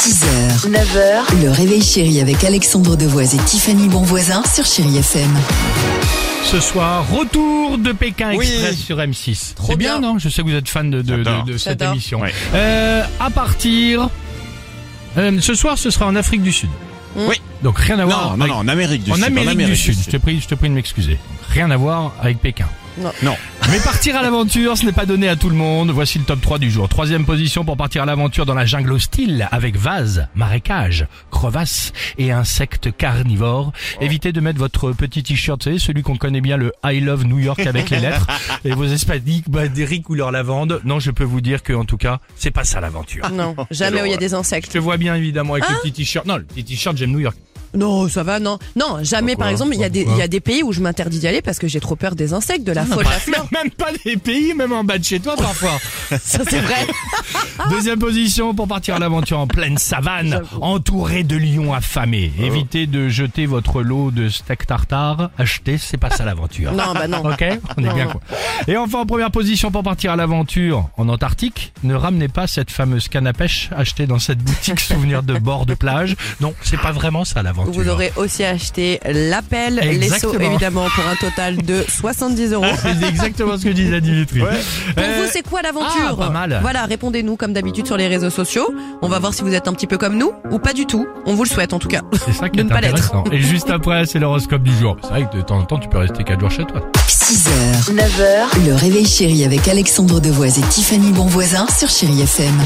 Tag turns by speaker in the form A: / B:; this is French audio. A: 6h, 9h, le réveil chéri avec Alexandre Devoise et Tiffany Bonvoisin sur Chéri FM.
B: Ce soir, retour de Pékin
C: Oui.
B: Express sur M6. C'est bien,
C: bien.
B: non Je sais que vous êtes fan de, de-
C: J'adore.
B: de- de cette
D: J'adore.
B: émission. Euh, à partir... euh, ce soir, ce sera en Afrique du Sud.
C: Oui.
B: Donc rien à voir
C: Non, non,
B: avec-
C: non, en Amérique du
B: en
C: Sud.
B: Amérique, du Sud. Je te prie, je te prie de m'excuser. Rien à voir avec Pékin.
C: Non.
B: Mais partir à l'aventure, ce n'est pas donné à tout le monde. Voici le top 3 du jour. Troisième position pour partir à l'aventure dans la jungle hostile avec vase, marécages, crevasses et insectes carnivores. Évitez de mettre votre petit t-shirt, vous savez, celui qu'on connaît bien, le I love New York avec les lettres et vos bah, espadiques, badériques ou leur lavande. Non, je peux vous dire que, en tout cas, c'est pas ça l'aventure.
D: Non, jamais où il y a des insectes.
B: Je te vois bien évidemment avec le petit t-shirt. Non, le petit t-shirt, j'aime New York.
D: Non, ça va, non. Non, jamais par exemple, il y, a des- il y a des pays où je m'interdis d'y aller parce que j'ai trop peur des insectes, de la faune, de la flore.
B: Même pas des pays, même en bas de chez toi parfois.
D: Ça, c'est vrai.
B: Deuxième position pour partir à l'aventure en pleine savane, entouré de lions affamés.
D: Oh.
B: Évitez de jeter votre lot de steak tartare. Achetez, c'est pas ça l'aventure.
D: Non, bah non.
B: Ok, on est
D: Non,
B: bien
D: non.
B: quoi. Et enfin en première position pour partir à l'aventure en Antarctique, ne ramenez pas cette fameuse canne à pêche achetée dans cette boutique souvenir de bord de plage. Non, c'est pas vraiment ça l'aventure.
D: Vous aurez aussi acheté l'appel, les seaux
B: Exactement. Ah,
D: évidemment, pour un total de 70 euros.
B: C'est exactement ce que disait Dimitri.
D: Pour
B: Euh,
D: vous, c'est quoi l'aventure
B: ah, pas mal.
D: Voilà, répondez-nous comme d'habitude sur les réseaux sociaux. On va voir si vous êtes un petit peu comme nous ou pas du tout. On vous le souhaite en tout cas.
B: c'est ça qui
D: de
B: est
D: ne pas l'être.
B: intéressant. Et juste après, c'est l'horoscope du jour. C'est vrai que de temps en temps, tu peux rester 4 jours chez toi.
A: 6h, 9h, le réveil chéri avec Alexandre Devoise et Tiffany Bonvoisin sur Chéri FM.